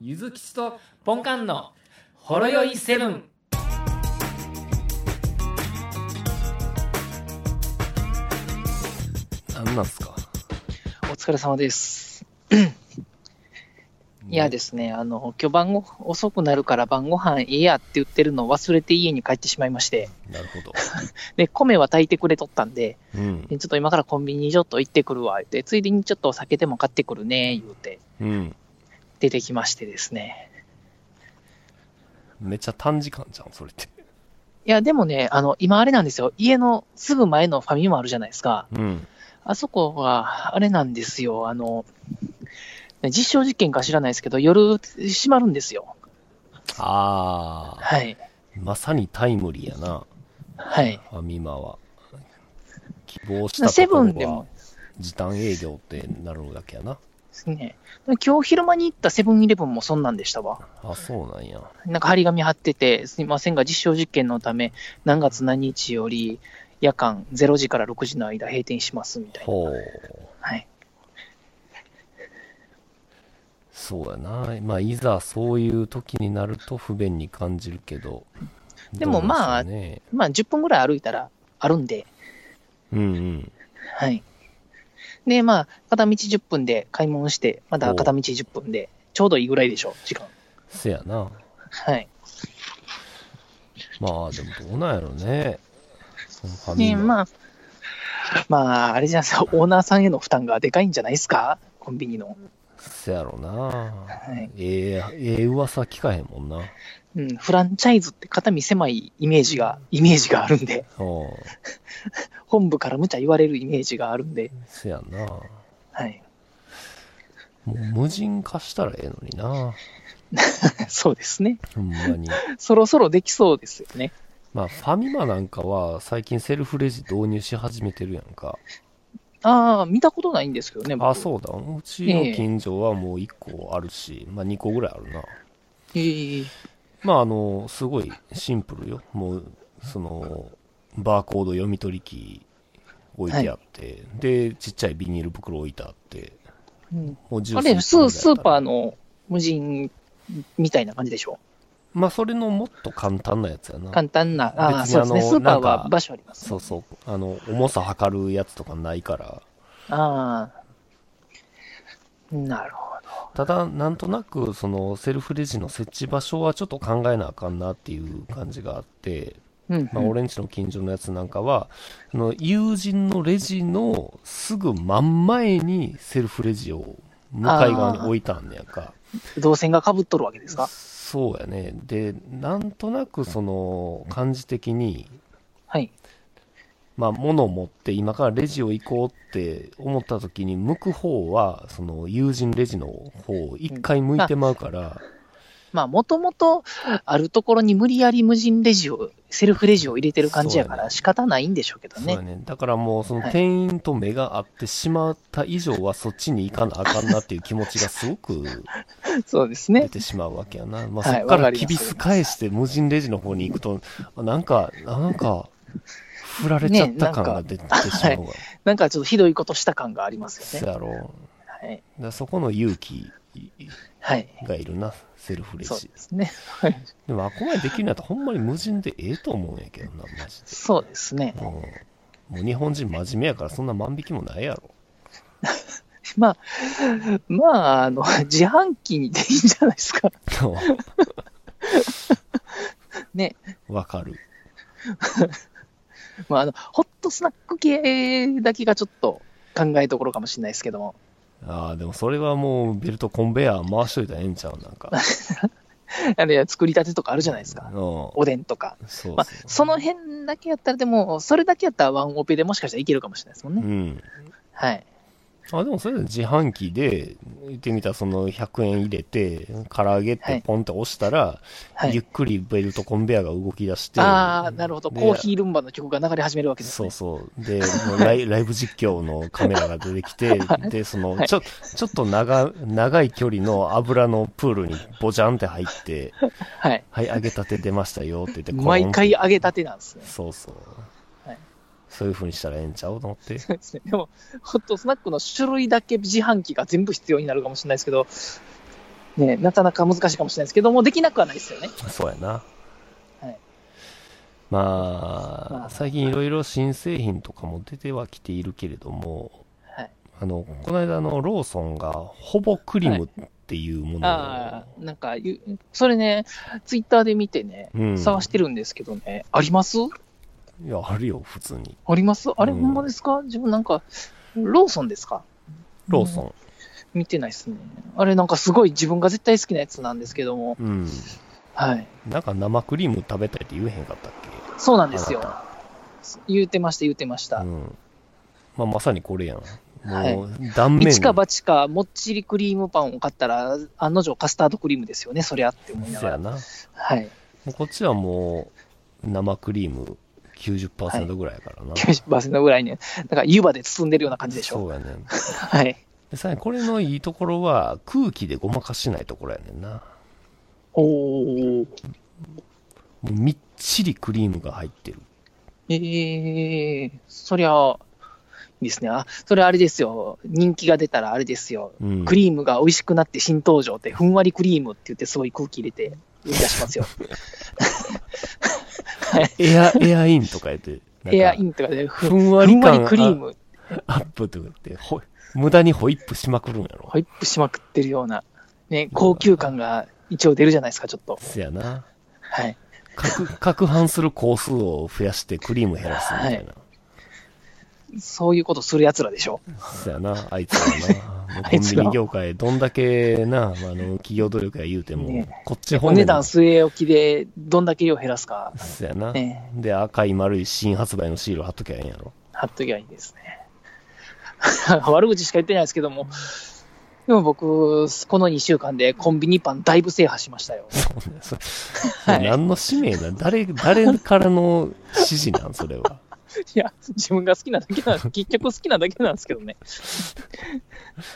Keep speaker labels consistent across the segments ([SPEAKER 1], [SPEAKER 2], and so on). [SPEAKER 1] ゆずきちとポンカンのほろよいセブン。
[SPEAKER 2] なんなんすか
[SPEAKER 3] お疲れ様です。いやですね、あの、今日晩ご、遅くなるから晩ご飯いいやって言ってるのを忘れて家に帰ってしまいまして、
[SPEAKER 2] なるほど。
[SPEAKER 3] で、米は炊いてくれとったんで、
[SPEAKER 2] うん。
[SPEAKER 3] でちょっと今からコンビニにちょっと行ってくるわ、言って、ついでにちょっとお酒でも買ってくるね、言うて、
[SPEAKER 2] うん。
[SPEAKER 3] 出てきましてですね。
[SPEAKER 2] めっちゃ短時間じゃん、それって。
[SPEAKER 3] いや、でもね、あの、今あれなんですよ、家のすぐ前のファミマあるじゃないですか。
[SPEAKER 2] うん。
[SPEAKER 3] あそこは、あれなんですよ、あの、実証実験か知らないですけど、夜閉まるんですよ。
[SPEAKER 2] ああ、
[SPEAKER 3] はい。
[SPEAKER 2] まさにタイムリーやな、
[SPEAKER 3] はい。
[SPEAKER 2] ファミマは。希望した
[SPEAKER 3] セ
[SPEAKER 2] とこ
[SPEAKER 3] ブンで
[SPEAKER 2] ろ
[SPEAKER 3] も
[SPEAKER 2] は、時短営業ってなるだけやな。
[SPEAKER 3] ですね。でも今日昼間に行ったセブンイレブンもそんなんでしたわ。
[SPEAKER 2] あ、そうなんや。
[SPEAKER 3] なんか張り紙貼ってて、すいませんが、実証実験のため、何月何日より夜間0時から6時の間閉店しますみたいな。
[SPEAKER 2] ほう。
[SPEAKER 3] はい。
[SPEAKER 2] そうやな。まあ、いざそういう時になると不便に感じるけど。
[SPEAKER 3] でもまあ
[SPEAKER 2] どうなんでしょ
[SPEAKER 3] まあ、10分ぐらい歩いたらあるんで、
[SPEAKER 2] うね、うんうん。
[SPEAKER 3] はい。で、まあ、片道10分で買い物して、また片道10分で、ちょうどいいぐらいでしょう、時間。
[SPEAKER 2] せやな。
[SPEAKER 3] はい。
[SPEAKER 2] まあ、でもどうなんやろね。そのファミ
[SPEAKER 3] ね
[SPEAKER 2] マ。
[SPEAKER 3] まあ、まあ、あれじゃないですか、オーナーさんへの負担がでかいんじゃないですか、コンビニの。
[SPEAKER 2] せやろな、
[SPEAKER 3] い
[SPEAKER 2] ええええ噂聞かへんもんな。
[SPEAKER 3] うん、フランチャイズって肩身狭いイメージが、イメージがあるんで、
[SPEAKER 2] うん。
[SPEAKER 3] 本部から無茶言われるイメージがあるんで、
[SPEAKER 2] せやな。も
[SPEAKER 3] はい。
[SPEAKER 2] う無人化したらええのにな。
[SPEAKER 3] そうですね。
[SPEAKER 2] ほんまに。
[SPEAKER 3] そろそろできそうですよね。
[SPEAKER 2] まあ、ファミマなんかは最近セルフレジ導入し始めてるやんか。
[SPEAKER 3] ああ、見たことないんですけどね、
[SPEAKER 2] あ、そうだ。うちの近所はもう1個あるし、まあ2個ぐらいあるな。
[SPEAKER 3] う。ええ
[SPEAKER 2] まあ、あの、すごいシンプルよ。もう、その、バーコード読み取り機置いてあって、で、ちっちゃいビニール袋置いてあって、
[SPEAKER 3] うん、
[SPEAKER 2] もうジ
[SPEAKER 3] あれスー、スーパー
[SPEAKER 2] の
[SPEAKER 3] の無人みたいな感じでしょ
[SPEAKER 2] まあ、それのもっと簡単なやつやな。
[SPEAKER 3] 簡単な。ああ、
[SPEAKER 2] 別に
[SPEAKER 3] そ
[SPEAKER 2] あ
[SPEAKER 3] う
[SPEAKER 2] の
[SPEAKER 3] ですね。スーパ
[SPEAKER 2] な
[SPEAKER 3] ー
[SPEAKER 2] ん
[SPEAKER 3] は
[SPEAKER 2] か
[SPEAKER 3] 場所あります、
[SPEAKER 2] そうそう。あの、重さ測るやつとかないから。
[SPEAKER 3] ああ。なるほ
[SPEAKER 2] た
[SPEAKER 3] ど。
[SPEAKER 2] だ、なんとなく、その、セルフレジの設置場所はちょっと考えなあかんなっていう感じがあって、
[SPEAKER 3] うん、
[SPEAKER 2] まあ、俺んちの近所のやつなんかは、その、友人のレジのすぐ真ん前にセルフレジを向かい側に置いたんねやんか。
[SPEAKER 3] 動線がかぶっとるわけですか
[SPEAKER 2] そうやね。で、なんとなく、その、感じ的に、
[SPEAKER 3] はい。
[SPEAKER 2] まあ、物を持って今からレジを行こうって思った時に向く方は、その友人レジの方を一回向いてまうから、
[SPEAKER 3] まあ、もともとあるところに無理やり無人レジを、セルフレジを入れてる感じやか
[SPEAKER 2] そうやね
[SPEAKER 3] ら仕方ないんでしょうけど
[SPEAKER 2] そう
[SPEAKER 3] ね
[SPEAKER 2] や。ね。だからもうその店員と目が合ってしまった以上はそっちに行かなあかんなっていう気持ちがすごく
[SPEAKER 3] そうです
[SPEAKER 2] 出
[SPEAKER 3] ね。
[SPEAKER 2] てしまうわけやな。まあ、
[SPEAKER 3] は
[SPEAKER 2] そ
[SPEAKER 3] い
[SPEAKER 2] っか
[SPEAKER 3] わからります
[SPEAKER 2] きびす返して無人レジの方に行くと、あなんか、あなんか、振られちゃった感が出てしまうわ。
[SPEAKER 3] なんかちょっとひどいことした感がありますよ
[SPEAKER 2] そう
[SPEAKER 3] ね。
[SPEAKER 2] やろ。
[SPEAKER 3] は
[SPEAKER 2] だ
[SPEAKER 3] い。
[SPEAKER 2] からそこの勇気
[SPEAKER 3] はい。
[SPEAKER 2] がいるな、セルフレ
[SPEAKER 3] そう
[SPEAKER 2] ジ
[SPEAKER 3] で。すね。
[SPEAKER 2] でも、あこまでできるんやったら、ほんまに無人でええと思うんやけどな、マジ
[SPEAKER 3] そうですね。
[SPEAKER 2] で。うん、もう日本人真面目やから、そんな万引きもないやろ。
[SPEAKER 3] まあ、まあ、あの、 自販機にでいいんじゃないですか。ね。
[SPEAKER 2] わかる。
[SPEAKER 3] まあ、あの、ホットスナック系だけがちょっと考えどころかもしれないですけども。
[SPEAKER 2] ああ、でもそれはもうベルトコンベヤー回しといたらええんちゃうなん か。
[SPEAKER 3] あれ、作りたてとかあるじゃないですか
[SPEAKER 2] う。ん。そ
[SPEAKER 3] おでんとか。
[SPEAKER 2] うそう、
[SPEAKER 3] まあ、その辺だけやったら、でも、それだけやったらワンオペでもしかしたらいけるかもしれないですもん
[SPEAKER 2] う
[SPEAKER 3] ね。
[SPEAKER 2] ん。
[SPEAKER 3] はい。
[SPEAKER 2] あ、でもそれで自販機で、言ってみたらその100円入れて、唐揚げっ
[SPEAKER 3] は
[SPEAKER 2] て
[SPEAKER 3] い
[SPEAKER 2] ポンって押したら、
[SPEAKER 3] はい
[SPEAKER 2] ゆっくりベルトコンベヤーが動き出して、
[SPEAKER 3] ああ、なるほど。
[SPEAKER 2] で
[SPEAKER 3] コーヒールンバの曲が流れ始めるわけです、
[SPEAKER 2] そ
[SPEAKER 3] ね
[SPEAKER 2] う。そう。で、もうライラ イブ実況のカメラが出てきて、で、その、ちょ、ちょっと長、長い距離の油のプールにボジャンって入って、
[SPEAKER 3] はい。
[SPEAKER 2] はい、揚げたて出ましたよって言って、
[SPEAKER 3] 毎回
[SPEAKER 2] コロン
[SPEAKER 3] 揚げたてなんですね
[SPEAKER 2] って。そうそう。
[SPEAKER 3] はい
[SPEAKER 2] そういう風にしたらええんちゃうと思って。
[SPEAKER 3] そうですね。でも、ホットスナックの種類だけ自販機が全部必要になるかもしれないですけど、ね、なかなか難しいかもしれないですけども、できなくはないですよね。
[SPEAKER 2] そうやな。
[SPEAKER 3] はい
[SPEAKER 2] まあ、
[SPEAKER 3] まあ
[SPEAKER 2] 最近いろいろ新製品とかも出てはきているけれども、
[SPEAKER 3] はい、
[SPEAKER 2] あの、この間あの、ローソンが、ほぼクリームっていうものを、
[SPEAKER 3] ああ、なんかゆ、それね、ツイッターで見てね、
[SPEAKER 2] うん。
[SPEAKER 3] 探してるんですけどね、あります
[SPEAKER 2] いや、あるよ、普通に。
[SPEAKER 3] ありますあれ、
[SPEAKER 2] うん
[SPEAKER 3] ほんまですか自分なんか、ローソンですか
[SPEAKER 2] ローソ
[SPEAKER 3] 見てないっすね。あれなんかすごい自分が絶対好きなやつなんですけども、
[SPEAKER 2] ン。うん。
[SPEAKER 3] はい。
[SPEAKER 2] なんか生クリーム食べたいって言えへんかったっ
[SPEAKER 3] そうなん
[SPEAKER 2] け
[SPEAKER 3] です
[SPEAKER 2] あ
[SPEAKER 3] よ
[SPEAKER 2] な。
[SPEAKER 3] 言うてました、言うてました
[SPEAKER 2] たう。ん。まあ、まさにこれやん。
[SPEAKER 3] はい
[SPEAKER 2] もう、断面。
[SPEAKER 3] 一か八かもっちりクリームパンを買ったら、案の定カスタードクリームですよね、そりゃって思いな
[SPEAKER 2] そ
[SPEAKER 3] が
[SPEAKER 2] や
[SPEAKER 3] ら。
[SPEAKER 2] な。
[SPEAKER 3] はい。
[SPEAKER 2] もうこっちはもう、生クリーム90%ぐらいやからな。
[SPEAKER 3] 90%ぐらいね、なんか湯葉で包んでるような感じでしょ。
[SPEAKER 2] そうやねん。
[SPEAKER 3] はい。
[SPEAKER 2] でさらにこれのいいところは、空気でごまかしないところやねんな。
[SPEAKER 3] おー。
[SPEAKER 2] もうみっちりクリームが入ってる。
[SPEAKER 3] えー、そりゃ、いいですね。あ、それあれですよ。人気が出たらあれですよ。
[SPEAKER 2] うん。
[SPEAKER 3] クリームが美味しくなって新登場って、ふんわりクリームって言ってすごい空気入れて売り出しますよ。
[SPEAKER 2] エア、エアインとか言って、 なんか
[SPEAKER 3] エアインとかで、ふ
[SPEAKER 2] ふ
[SPEAKER 3] ん
[SPEAKER 2] んわ
[SPEAKER 3] ふ
[SPEAKER 2] り
[SPEAKER 3] んわ
[SPEAKER 2] 感
[SPEAKER 3] りクリーム、
[SPEAKER 2] あアップとか言って、ほ無駄にホイップしまくるんやろ。
[SPEAKER 3] ホイップしまくってるような、ね、高級感が一応出るじゃないですか、ちょっと。
[SPEAKER 2] せやな。
[SPEAKER 3] はい。
[SPEAKER 2] 各、各反する工数を増やしてクリーム減らすみたいな。
[SPEAKER 3] そういうことする奴らでしょ。
[SPEAKER 2] そやな、あいつはな。もう
[SPEAKER 3] あ
[SPEAKER 2] コ
[SPEAKER 3] い
[SPEAKER 2] ン
[SPEAKER 3] つ
[SPEAKER 2] ビ
[SPEAKER 3] ら
[SPEAKER 2] ニ業界、どんだけな、あの、企業努力や言うても、
[SPEAKER 3] ね
[SPEAKER 2] こっち
[SPEAKER 3] お
[SPEAKER 2] 本
[SPEAKER 3] 値
[SPEAKER 2] 音
[SPEAKER 3] 段
[SPEAKER 2] だ。
[SPEAKER 3] 据え置きで、どんだけ量減らすか、
[SPEAKER 2] そやな。
[SPEAKER 3] ね、
[SPEAKER 2] で、赤い丸い新発売のシール貼っときゃええんやろ。
[SPEAKER 3] 貼っときゃいいですね。 悪口しか言ってないですけども、でも僕、この2週間でコンビニパンだいぶ制覇しましたよ。
[SPEAKER 2] そうねそれそれ何の使命なん誰、誰からの指示なんそれは。
[SPEAKER 3] いや、自分が好きなだけなんです。結局好きなだけなんですけどね。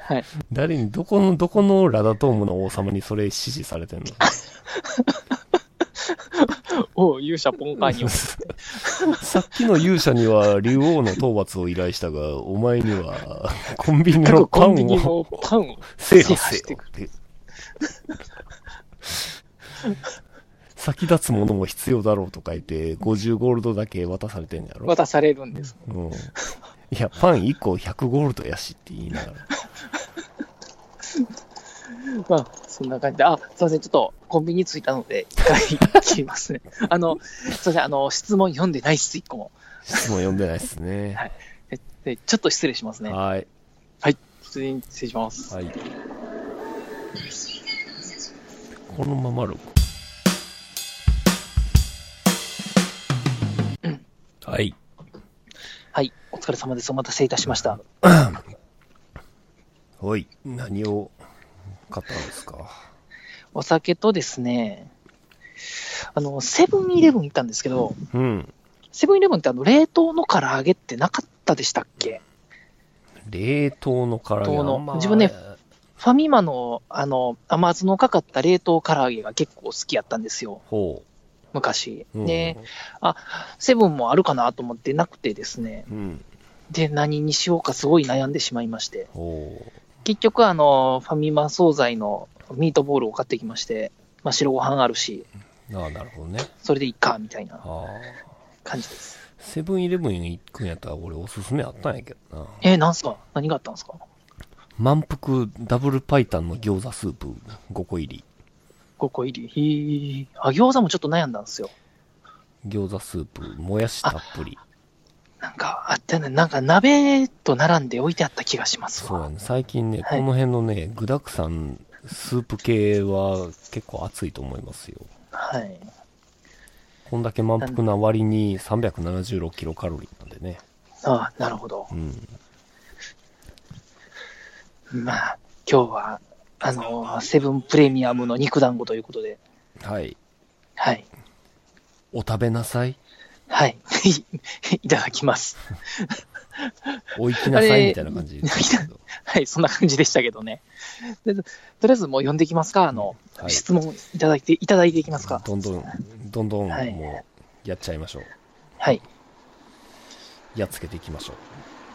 [SPEAKER 3] はい。
[SPEAKER 2] 誰に、どこの、どこのラダトームの王様にそれ指示されてんの
[SPEAKER 3] おう、勇者ポンカー ニョ。
[SPEAKER 2] さっきの勇者には竜王の討伐を依頼したが、お前にはコンビニの
[SPEAKER 3] 各
[SPEAKER 2] パ
[SPEAKER 3] コ
[SPEAKER 2] ン
[SPEAKER 3] ンビニ
[SPEAKER 2] を
[SPEAKER 3] のパンを
[SPEAKER 2] 制覇せよって。先立つものも必要だろうと書いて、50ゴールドだけ渡されてんやろ。
[SPEAKER 3] 渡されるんです。
[SPEAKER 2] うん。いや、パン1個100ゴールドやしって言いながら。
[SPEAKER 3] まあ、そんな感じで。あ、すいません。ちょっとコンビニ着いたので、一回聞きます ね。あの、すいません。あの、質問読んでないっす、一個も。
[SPEAKER 2] 質問読んでないですね。
[SPEAKER 3] でちょっと失礼しますね。
[SPEAKER 2] はい。
[SPEAKER 3] 失礼失礼します。
[SPEAKER 2] はい。このまま録音はい。
[SPEAKER 3] はい、お疲れ様です。お待たせいたしました。
[SPEAKER 2] おい。何を買ったんですか
[SPEAKER 3] お酒とですね、あの、セブンイレブン行ったんですけど、
[SPEAKER 2] うん。
[SPEAKER 3] セブンイレブンってあの、冷凍の唐揚げってなかったでしたっけ
[SPEAKER 2] 冷凍の唐揚げ。
[SPEAKER 3] 冷凍の
[SPEAKER 2] あんま
[SPEAKER 3] 自分ねファミマの、あの、甘酢のかかった冷凍唐揚げが結構好きやったんですよ、
[SPEAKER 2] ほ
[SPEAKER 3] 昔。
[SPEAKER 2] う。うん
[SPEAKER 3] で、。セブンもあるかなと思ってなくてですね、
[SPEAKER 2] うん。
[SPEAKER 3] で、何にしようかすごい悩んでしまいまして、
[SPEAKER 2] ほ
[SPEAKER 3] 結局あの、ファミマ惣菜のミートボールを買ってきまして、まあ、白ご飯あるし、
[SPEAKER 2] う。ああ、なるほどね。
[SPEAKER 3] それでいいか、みたいな
[SPEAKER 2] はあ。
[SPEAKER 3] 感じです。
[SPEAKER 2] セブンイレブンに行くんやったら俺おすすめあったんやけどな。
[SPEAKER 3] えー、なんすか何があったんですか
[SPEAKER 2] 満腹ダブルパイタンの餃子スープ5個入り。
[SPEAKER 3] 5個入り。へーあ、餃子もちょっと悩んだんですよ。
[SPEAKER 2] 餃子スープ、もやしたっぷり。
[SPEAKER 3] なんか、あったね。なんか鍋と並んで置いてあった気がします
[SPEAKER 2] そう
[SPEAKER 3] わ。
[SPEAKER 2] やね。最近ね、
[SPEAKER 3] はい
[SPEAKER 2] この辺のね、具沢山スープ系は結構熱いと思いますよ。
[SPEAKER 3] はい。
[SPEAKER 2] こんだけ満腹な割に376キロカロリーなんでね。
[SPEAKER 3] あなるほど。
[SPEAKER 2] うん。
[SPEAKER 3] まあ、今日は、あの、セブンプレミアムの肉団子ということで。
[SPEAKER 2] はい。
[SPEAKER 3] はい。
[SPEAKER 2] お食べなさい。
[SPEAKER 3] はい。 いただきます。
[SPEAKER 2] お行きなさ
[SPEAKER 3] あ
[SPEAKER 2] い
[SPEAKER 3] れ
[SPEAKER 2] みたいな感じですけど。
[SPEAKER 3] はい。そんな感じでしたけどね。でとりあえずもう呼んでいきますか。あの、
[SPEAKER 2] はい。
[SPEAKER 3] 質問いただいて、いただいていきますか。
[SPEAKER 2] どんどん、どんどん
[SPEAKER 3] はい
[SPEAKER 2] もう、やっちゃいましょう。
[SPEAKER 3] はい。
[SPEAKER 2] やっつけていきましょう。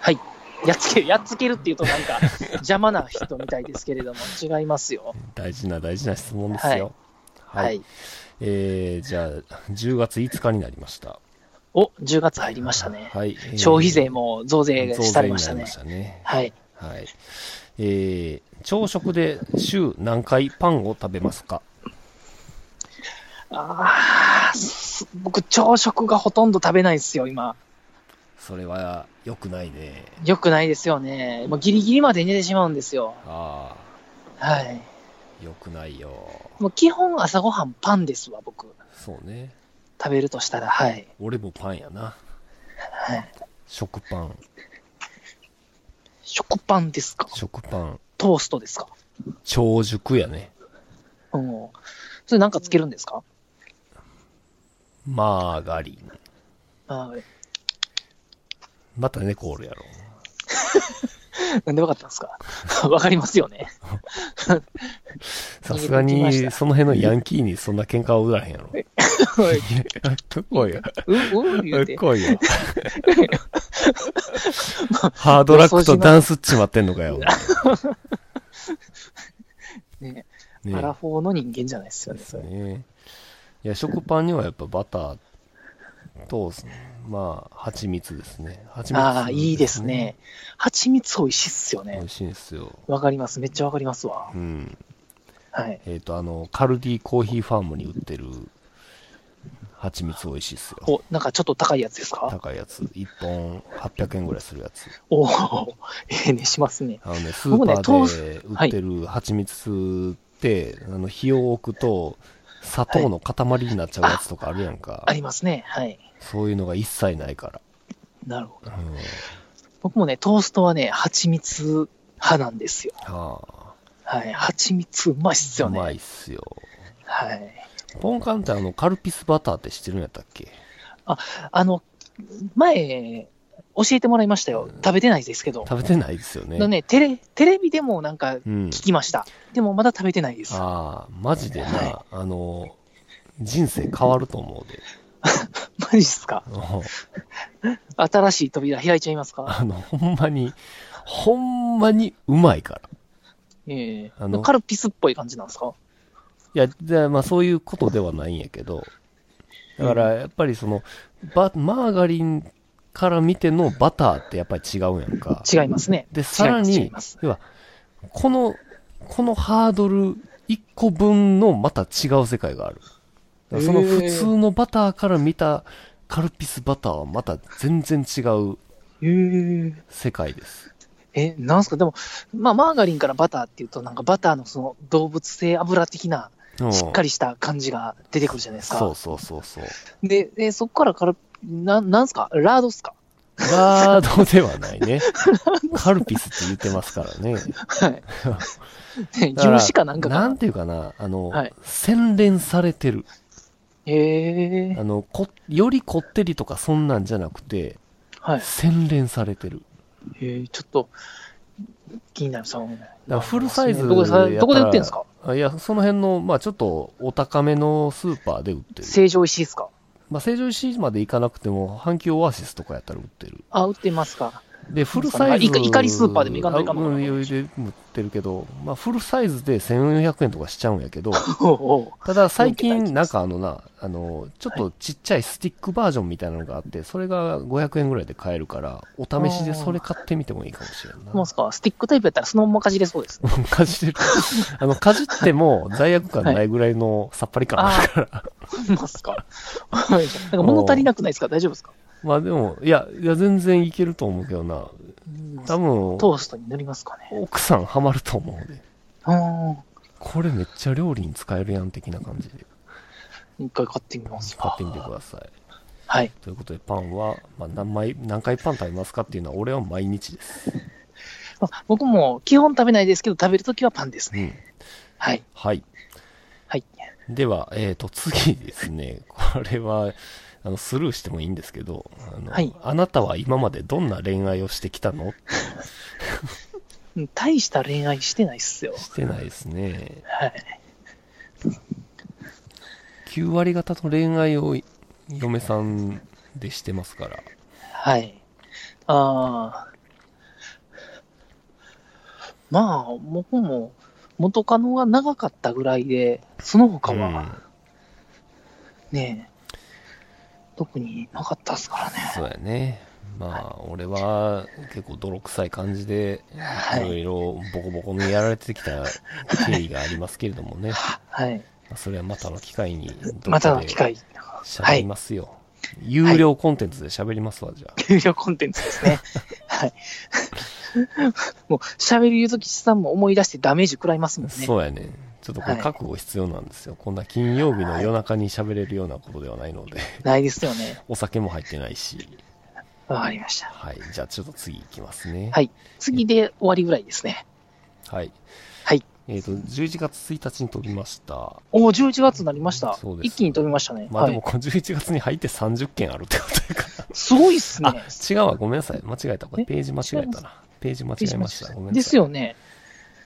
[SPEAKER 3] はい。やっつける、やっつけるっていうとなんか 邪魔な人みたいですけれども、違いますよ。
[SPEAKER 2] 大事な大事な質問ですよ。はい。
[SPEAKER 3] はい。
[SPEAKER 2] えー、じゃあ、10月5日になりました。
[SPEAKER 3] お、10月入りましたね。
[SPEAKER 2] はい。えー
[SPEAKER 3] 消費税も増税
[SPEAKER 2] 増税
[SPEAKER 3] され
[SPEAKER 2] になり
[SPEAKER 3] ま
[SPEAKER 2] ま
[SPEAKER 3] したね。
[SPEAKER 2] したね。
[SPEAKER 3] はい。
[SPEAKER 2] はい。えー、朝食で週何回パンを食べますか
[SPEAKER 3] ああ、す僕、朝食がほとんど食べないですよ、今。
[SPEAKER 2] それは良くないね。
[SPEAKER 3] よくないですよね。もうギリギリまで寝てしまうんですよ。
[SPEAKER 2] あ
[SPEAKER 3] はい。
[SPEAKER 2] あ、良くないよ。
[SPEAKER 3] もう基本朝ごはんパンですわ、僕。
[SPEAKER 2] そうね。
[SPEAKER 3] 食べるとしたら、はい。
[SPEAKER 2] 俺もパンやな。
[SPEAKER 3] はい、
[SPEAKER 2] 食パン、
[SPEAKER 3] 食パンですか
[SPEAKER 2] 食パン。
[SPEAKER 3] トーストですか
[SPEAKER 2] 長熟やね。
[SPEAKER 3] うん。それなんかつけるんですか
[SPEAKER 2] マーガリン。
[SPEAKER 3] あ
[SPEAKER 2] また猫おるやろ。
[SPEAKER 3] ーなんでわかったんですか わかりますよね。
[SPEAKER 2] さすが
[SPEAKER 3] 逃げてきまし
[SPEAKER 2] に、
[SPEAKER 3] た
[SPEAKER 2] その辺のヤンキーにそんな喧嘩は売らへんやろ。
[SPEAKER 3] はい
[SPEAKER 2] 来いよ。
[SPEAKER 3] うん、うん、言うて。
[SPEAKER 2] 来 いよ。ハードラックとダンスっちまってんのか よ。
[SPEAKER 3] ね
[SPEAKER 2] ね
[SPEAKER 3] アラフォーの人間じゃないですよね。
[SPEAKER 2] です
[SPEAKER 3] それ
[SPEAKER 2] ね。いや、食パンにはやっぱバターと、まあ、蜂蜜ですね。蜂蜜、
[SPEAKER 3] ああ、いいです。ね。蜂蜜美味しいっすよ
[SPEAKER 2] 美
[SPEAKER 3] ね
[SPEAKER 2] 味。しいんですよ。
[SPEAKER 3] わかります。めっちゃわかりますわ。
[SPEAKER 2] うん。
[SPEAKER 3] はい。
[SPEAKER 2] えっ、と、あの、カルディコーヒーファームに売ってる蜂蜜美味しいっすよ。
[SPEAKER 3] お、なんかちょっと高いやつですか
[SPEAKER 2] 高いやつ。1本800円ぐらいするやつ。
[SPEAKER 3] おお、ええね、しますね。
[SPEAKER 2] あのね、ス
[SPEAKER 3] 僕
[SPEAKER 2] ー
[SPEAKER 3] ね
[SPEAKER 2] パ
[SPEAKER 3] 豆
[SPEAKER 2] ーで
[SPEAKER 3] 腐
[SPEAKER 2] 売ってる蜂蜜って、あの、火を置くと、砂糖の塊になっちゃうやつとかあるやんか。
[SPEAKER 3] ありますね。はい。
[SPEAKER 2] そういうのが一切ないか
[SPEAKER 3] なるほど。
[SPEAKER 2] ら。うん。
[SPEAKER 3] 僕もね、トーストはね、蜂蜜派なんですよ。
[SPEAKER 2] はあ。
[SPEAKER 3] はい。蜂蜜うまいっすよ
[SPEAKER 2] う
[SPEAKER 3] ね。
[SPEAKER 2] まいっすよ。
[SPEAKER 3] はい。
[SPEAKER 2] ポンカンってあの、カルピスバターって知ってるんやったっけ
[SPEAKER 3] あの、前、教えてもらいましたよ。食べてないですけど。
[SPEAKER 2] 食べてないですよね。
[SPEAKER 3] のね、テレ、テレビでもなんか
[SPEAKER 2] うん。
[SPEAKER 3] 聞きました。でもまだ食べてないです。
[SPEAKER 2] ああ、マジでな、
[SPEAKER 3] は
[SPEAKER 2] あの、人生変わると思うで。
[SPEAKER 3] マジっすか
[SPEAKER 2] あの
[SPEAKER 3] 新しい扉開いちゃいますか
[SPEAKER 2] あの、ほんまに、ほんまにうまいから。
[SPEAKER 3] ええ
[SPEAKER 2] あの
[SPEAKER 3] カルピスっぽい感じなんですか
[SPEAKER 2] いや、でまあそういうことではないんやけど、だからやっぱりその、バマーガリンから見てのバターってやっぱり違うやんか。
[SPEAKER 3] 違いますね。
[SPEAKER 2] で、さら
[SPEAKER 3] 違い
[SPEAKER 2] に
[SPEAKER 3] ます、
[SPEAKER 2] 要は、この、このハードル1個分のまた違う世界がある。だからその
[SPEAKER 3] へー
[SPEAKER 2] 普通のバターから見たカルピスバターはまた全然違う
[SPEAKER 3] えー、
[SPEAKER 2] 世界です。
[SPEAKER 3] え、なんすかでも、まあ、マーガリンからバターっていうと、なんかバターのその動物性油的な、しっか
[SPEAKER 2] り
[SPEAKER 3] りした感じが出てくるじゃないですか。
[SPEAKER 2] そうそうそうそう。
[SPEAKER 3] で、でそこからカルな、なんすかラードっすか
[SPEAKER 2] ラードではない ね。カルピスって言ってますからね。
[SPEAKER 3] はい。ね
[SPEAKER 2] だら
[SPEAKER 3] 牛かなんかか
[SPEAKER 2] な
[SPEAKER 3] なん
[SPEAKER 2] ていうかな、あの、
[SPEAKER 3] はい
[SPEAKER 2] 洗練されてる。
[SPEAKER 3] へえ
[SPEAKER 2] あの、こ、よりこってりとかそんなんじゃなくて、
[SPEAKER 3] はい。
[SPEAKER 2] 洗練されてる。
[SPEAKER 3] えー、ちょっと、気になる、その。
[SPEAKER 2] だからフルサイズ
[SPEAKER 3] どこでさどこで売ってんすか
[SPEAKER 2] あいや、その辺の、まあちょっとお高めのスーパーで売ってる。
[SPEAKER 3] 成城石井っすか
[SPEAKER 2] まあ成城石井まで行かなくても、阪急オアシスとかやったら売ってる。
[SPEAKER 3] あ、売ってますか。
[SPEAKER 2] で、フルサイズ。
[SPEAKER 3] いかいかりスーパーでも行かんといかんのかな
[SPEAKER 2] あうん、余裕で売ってるけど、まあフルサイズで1400円とかしちゃうんやけど、
[SPEAKER 3] おうおう
[SPEAKER 2] ただ最
[SPEAKER 3] うん
[SPEAKER 2] 近、なんかあのな、あの、ちょっとちっちゃいスティックバージョンみたいなのがあって、それが500円ぐらいで買えるから、お試しでそれ買ってみてもいい かもしれんな。
[SPEAKER 3] もうすか、スティックタイプやったらそのままかじれそうですね。
[SPEAKER 2] かじってる。あの、かじっても罪悪感ないぐらいのさっぱり感あるから。
[SPEAKER 3] ますか。はいなんか物足りなくないですか大丈夫ですか
[SPEAKER 2] まあでも、いや、いや、全然いけると思うけどな。多分、
[SPEAKER 3] トーストに塗りますかね。
[SPEAKER 2] 奥さんハマると思うで。
[SPEAKER 3] う
[SPEAKER 2] これめっちゃ料理に使えるやん的な感じで
[SPEAKER 3] ん。一回買ってみます
[SPEAKER 2] 買
[SPEAKER 3] か
[SPEAKER 2] ってみてください。
[SPEAKER 3] はい。
[SPEAKER 2] ということで、パンは、まあ、何枚、何回パン食べますかっていうのは、俺は毎日です。
[SPEAKER 3] まあ僕も基本食べないですけど、食べるときはパンです
[SPEAKER 2] う
[SPEAKER 3] ね。
[SPEAKER 2] ん。
[SPEAKER 3] はい。
[SPEAKER 2] はい。
[SPEAKER 3] はい。
[SPEAKER 2] では、えー、と、次ですね。これは、あの、スルーしてもいいんですけど、あの、
[SPEAKER 3] はい
[SPEAKER 2] あなたは今までどんな恋愛をしてきたの
[SPEAKER 3] うん大した恋愛してないっすよ。
[SPEAKER 2] してないですね。
[SPEAKER 3] はい。
[SPEAKER 2] 9割方の恋愛をい嫁さんでしてますから。
[SPEAKER 3] はい。ああ。まあ、僕も元カノが長かったぐらいで、その他
[SPEAKER 2] う
[SPEAKER 3] は
[SPEAKER 2] ん
[SPEAKER 3] ね、特になかったですからね。
[SPEAKER 2] そうやね。まあ、俺は結構泥臭い感じで、
[SPEAKER 3] はい
[SPEAKER 2] いろいろボコボコにやられてきた経緯がありますけれどもね。
[SPEAKER 3] はい。
[SPEAKER 2] まあそれはまたの機会に、
[SPEAKER 3] またの機。会。
[SPEAKER 2] 喋りますよ。有料コンテンツで喋りますわ、じゃあ。
[SPEAKER 3] 有料コンテンツです ね。はい。 もう、喋るゆずきさんも思い出してダメージ食らいますもんね。
[SPEAKER 2] そうやね。ちょっとこれ
[SPEAKER 3] はい
[SPEAKER 2] 覚悟必要なんですよ。こんな金曜日の夜中に喋れるようなことではないので、
[SPEAKER 3] ないですよね。
[SPEAKER 2] お酒も入ってないし。
[SPEAKER 3] わかりました。
[SPEAKER 2] はい。じゃあちょっと次行きますね。
[SPEAKER 3] はい。次で終わりぐらいですね。
[SPEAKER 2] はい。
[SPEAKER 3] はい。
[SPEAKER 2] えっ、と、11月1日に飛びました。
[SPEAKER 3] おお、11月になりました。
[SPEAKER 2] そうです
[SPEAKER 3] 一気に飛びましたね。
[SPEAKER 2] まあ
[SPEAKER 3] は
[SPEAKER 2] でも、
[SPEAKER 3] い。
[SPEAKER 2] この11月に入って30件あるってことやから。
[SPEAKER 3] すごいっすね。
[SPEAKER 2] 違うわ、ごめんなさい。間違えた。これ
[SPEAKER 3] え
[SPEAKER 2] ページ間違えたな。ページ間違えました。ごめんなさい。
[SPEAKER 3] です。よね。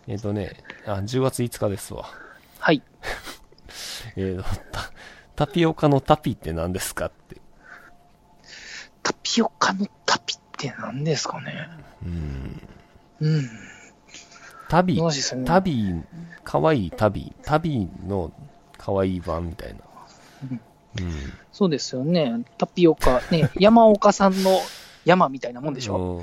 [SPEAKER 2] えっ、とね、あ、10月5日ですわ。
[SPEAKER 3] はい。
[SPEAKER 2] えっ、と、タタピオカのタピって何ですかって。
[SPEAKER 3] タピオカのタピって何ですかね。
[SPEAKER 2] うん。
[SPEAKER 3] うん。
[SPEAKER 2] タビ
[SPEAKER 3] ど、うですよね。
[SPEAKER 2] タビ、かわいいタビ、タビのかわいい版みたいな。うん。
[SPEAKER 3] そうですよね。タピオカ。ね、山岡さんの 山みたいなもんでしょ。
[SPEAKER 2] ょ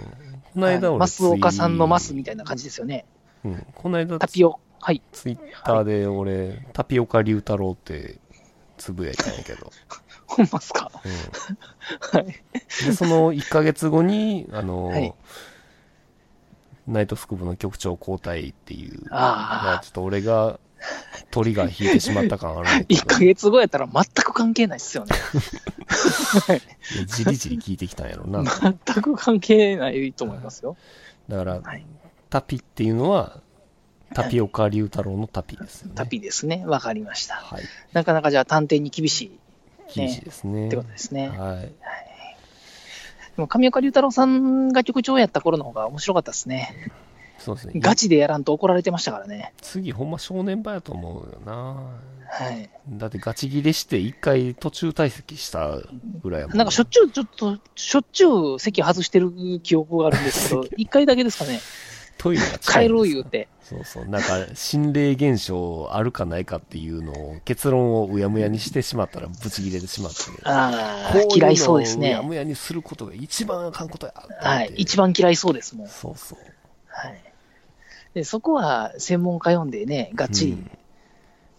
[SPEAKER 2] この間
[SPEAKER 3] はい
[SPEAKER 2] 俺
[SPEAKER 3] マ
[SPEAKER 2] ツ
[SPEAKER 3] ス
[SPEAKER 2] イ、
[SPEAKER 3] 岡さんのマスみたいな感じですよね。
[SPEAKER 2] うん。この間
[SPEAKER 3] タピオ、はい。
[SPEAKER 2] ツイッターで俺、タピオカ龍太郎ってつぶやいたんやけど。
[SPEAKER 3] ほんまっすか。
[SPEAKER 2] うん
[SPEAKER 3] はい。
[SPEAKER 2] で、その1ヶ月後に、あの、
[SPEAKER 3] はい
[SPEAKER 2] ナイトスクープの局長交代っていう、
[SPEAKER 3] あー
[SPEAKER 2] まあちょっと俺がトリガー引いてしまった感あ るんやけど
[SPEAKER 3] 1ヶ月後やったら全く関係ないっ すよね。
[SPEAKER 2] いやじりじり聞いてきたんやろな。だ
[SPEAKER 3] 全く関係ないと思いますよ。
[SPEAKER 2] から、
[SPEAKER 3] はい
[SPEAKER 2] タピっていうのは、タピオカ龍太郎のタピですよね。
[SPEAKER 3] タ。ピですね。わかりました。
[SPEAKER 2] はい。
[SPEAKER 3] なかなかじゃあ探偵に厳しい
[SPEAKER 2] 厳しいですね。
[SPEAKER 3] ってことですね。
[SPEAKER 2] はい。
[SPEAKER 3] でも上岡龍太郎さんが局長やった頃の方が面白かったですね。
[SPEAKER 2] そうですね。
[SPEAKER 3] ガチでやらんと怒られてましたからね。
[SPEAKER 2] 次ほんま正念場やと思うよな。
[SPEAKER 3] はい。
[SPEAKER 2] だってガチ切れして一回途中退席したぐらいやもんね
[SPEAKER 3] なんかしょっちゅう、ちょっと、しょっちゅう席外してる記憶があるんですけど、一回だけですかね。
[SPEAKER 2] トイレが近い
[SPEAKER 3] 帰
[SPEAKER 2] んです
[SPEAKER 3] ろ
[SPEAKER 2] よ
[SPEAKER 3] う言うて。
[SPEAKER 2] そうそう。なんか、心霊現象あるかないかっていうのを、結論をうやむやにしてしまったら、ブチ切れてしまって。
[SPEAKER 3] あ
[SPEAKER 2] こい
[SPEAKER 3] あ
[SPEAKER 2] の、を
[SPEAKER 3] 嫌いそうです
[SPEAKER 2] うや
[SPEAKER 3] ね。
[SPEAKER 2] むやにすることが一番あかんことや。
[SPEAKER 3] はい。一
[SPEAKER 2] 番。
[SPEAKER 3] 番嫌いそうですもん。
[SPEAKER 2] そうそう。
[SPEAKER 3] はい。で、そこは専門家読んでね、がっち
[SPEAKER 2] う
[SPEAKER 3] り
[SPEAKER 2] ん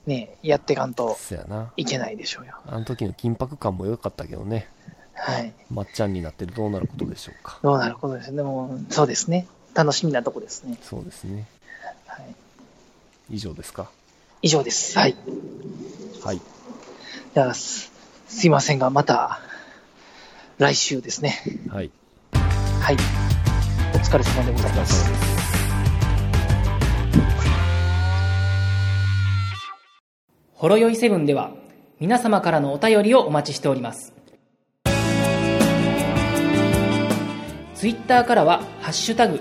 [SPEAKER 3] ね、やってかんと
[SPEAKER 2] そやな。
[SPEAKER 3] いけないでしょうよ。
[SPEAKER 2] あの時の緊迫感も良かったけどね。
[SPEAKER 3] はい。
[SPEAKER 2] まっちゃんになってるどうなることでしょうか。
[SPEAKER 3] どうなることですね。でも、そうですね。楽しみなとこですね。
[SPEAKER 2] そうですね。
[SPEAKER 3] はい。
[SPEAKER 2] 以上ですか。
[SPEAKER 3] 以上です。はい。
[SPEAKER 2] はい。
[SPEAKER 3] じゃあ、すすいませんが、また、来週ですね。
[SPEAKER 2] はい。
[SPEAKER 3] はい。お疲れ様でございます。
[SPEAKER 1] ほろよいセブンでは皆様からのお便りをお待ちしておりますツイッターからは「ハッシュタグ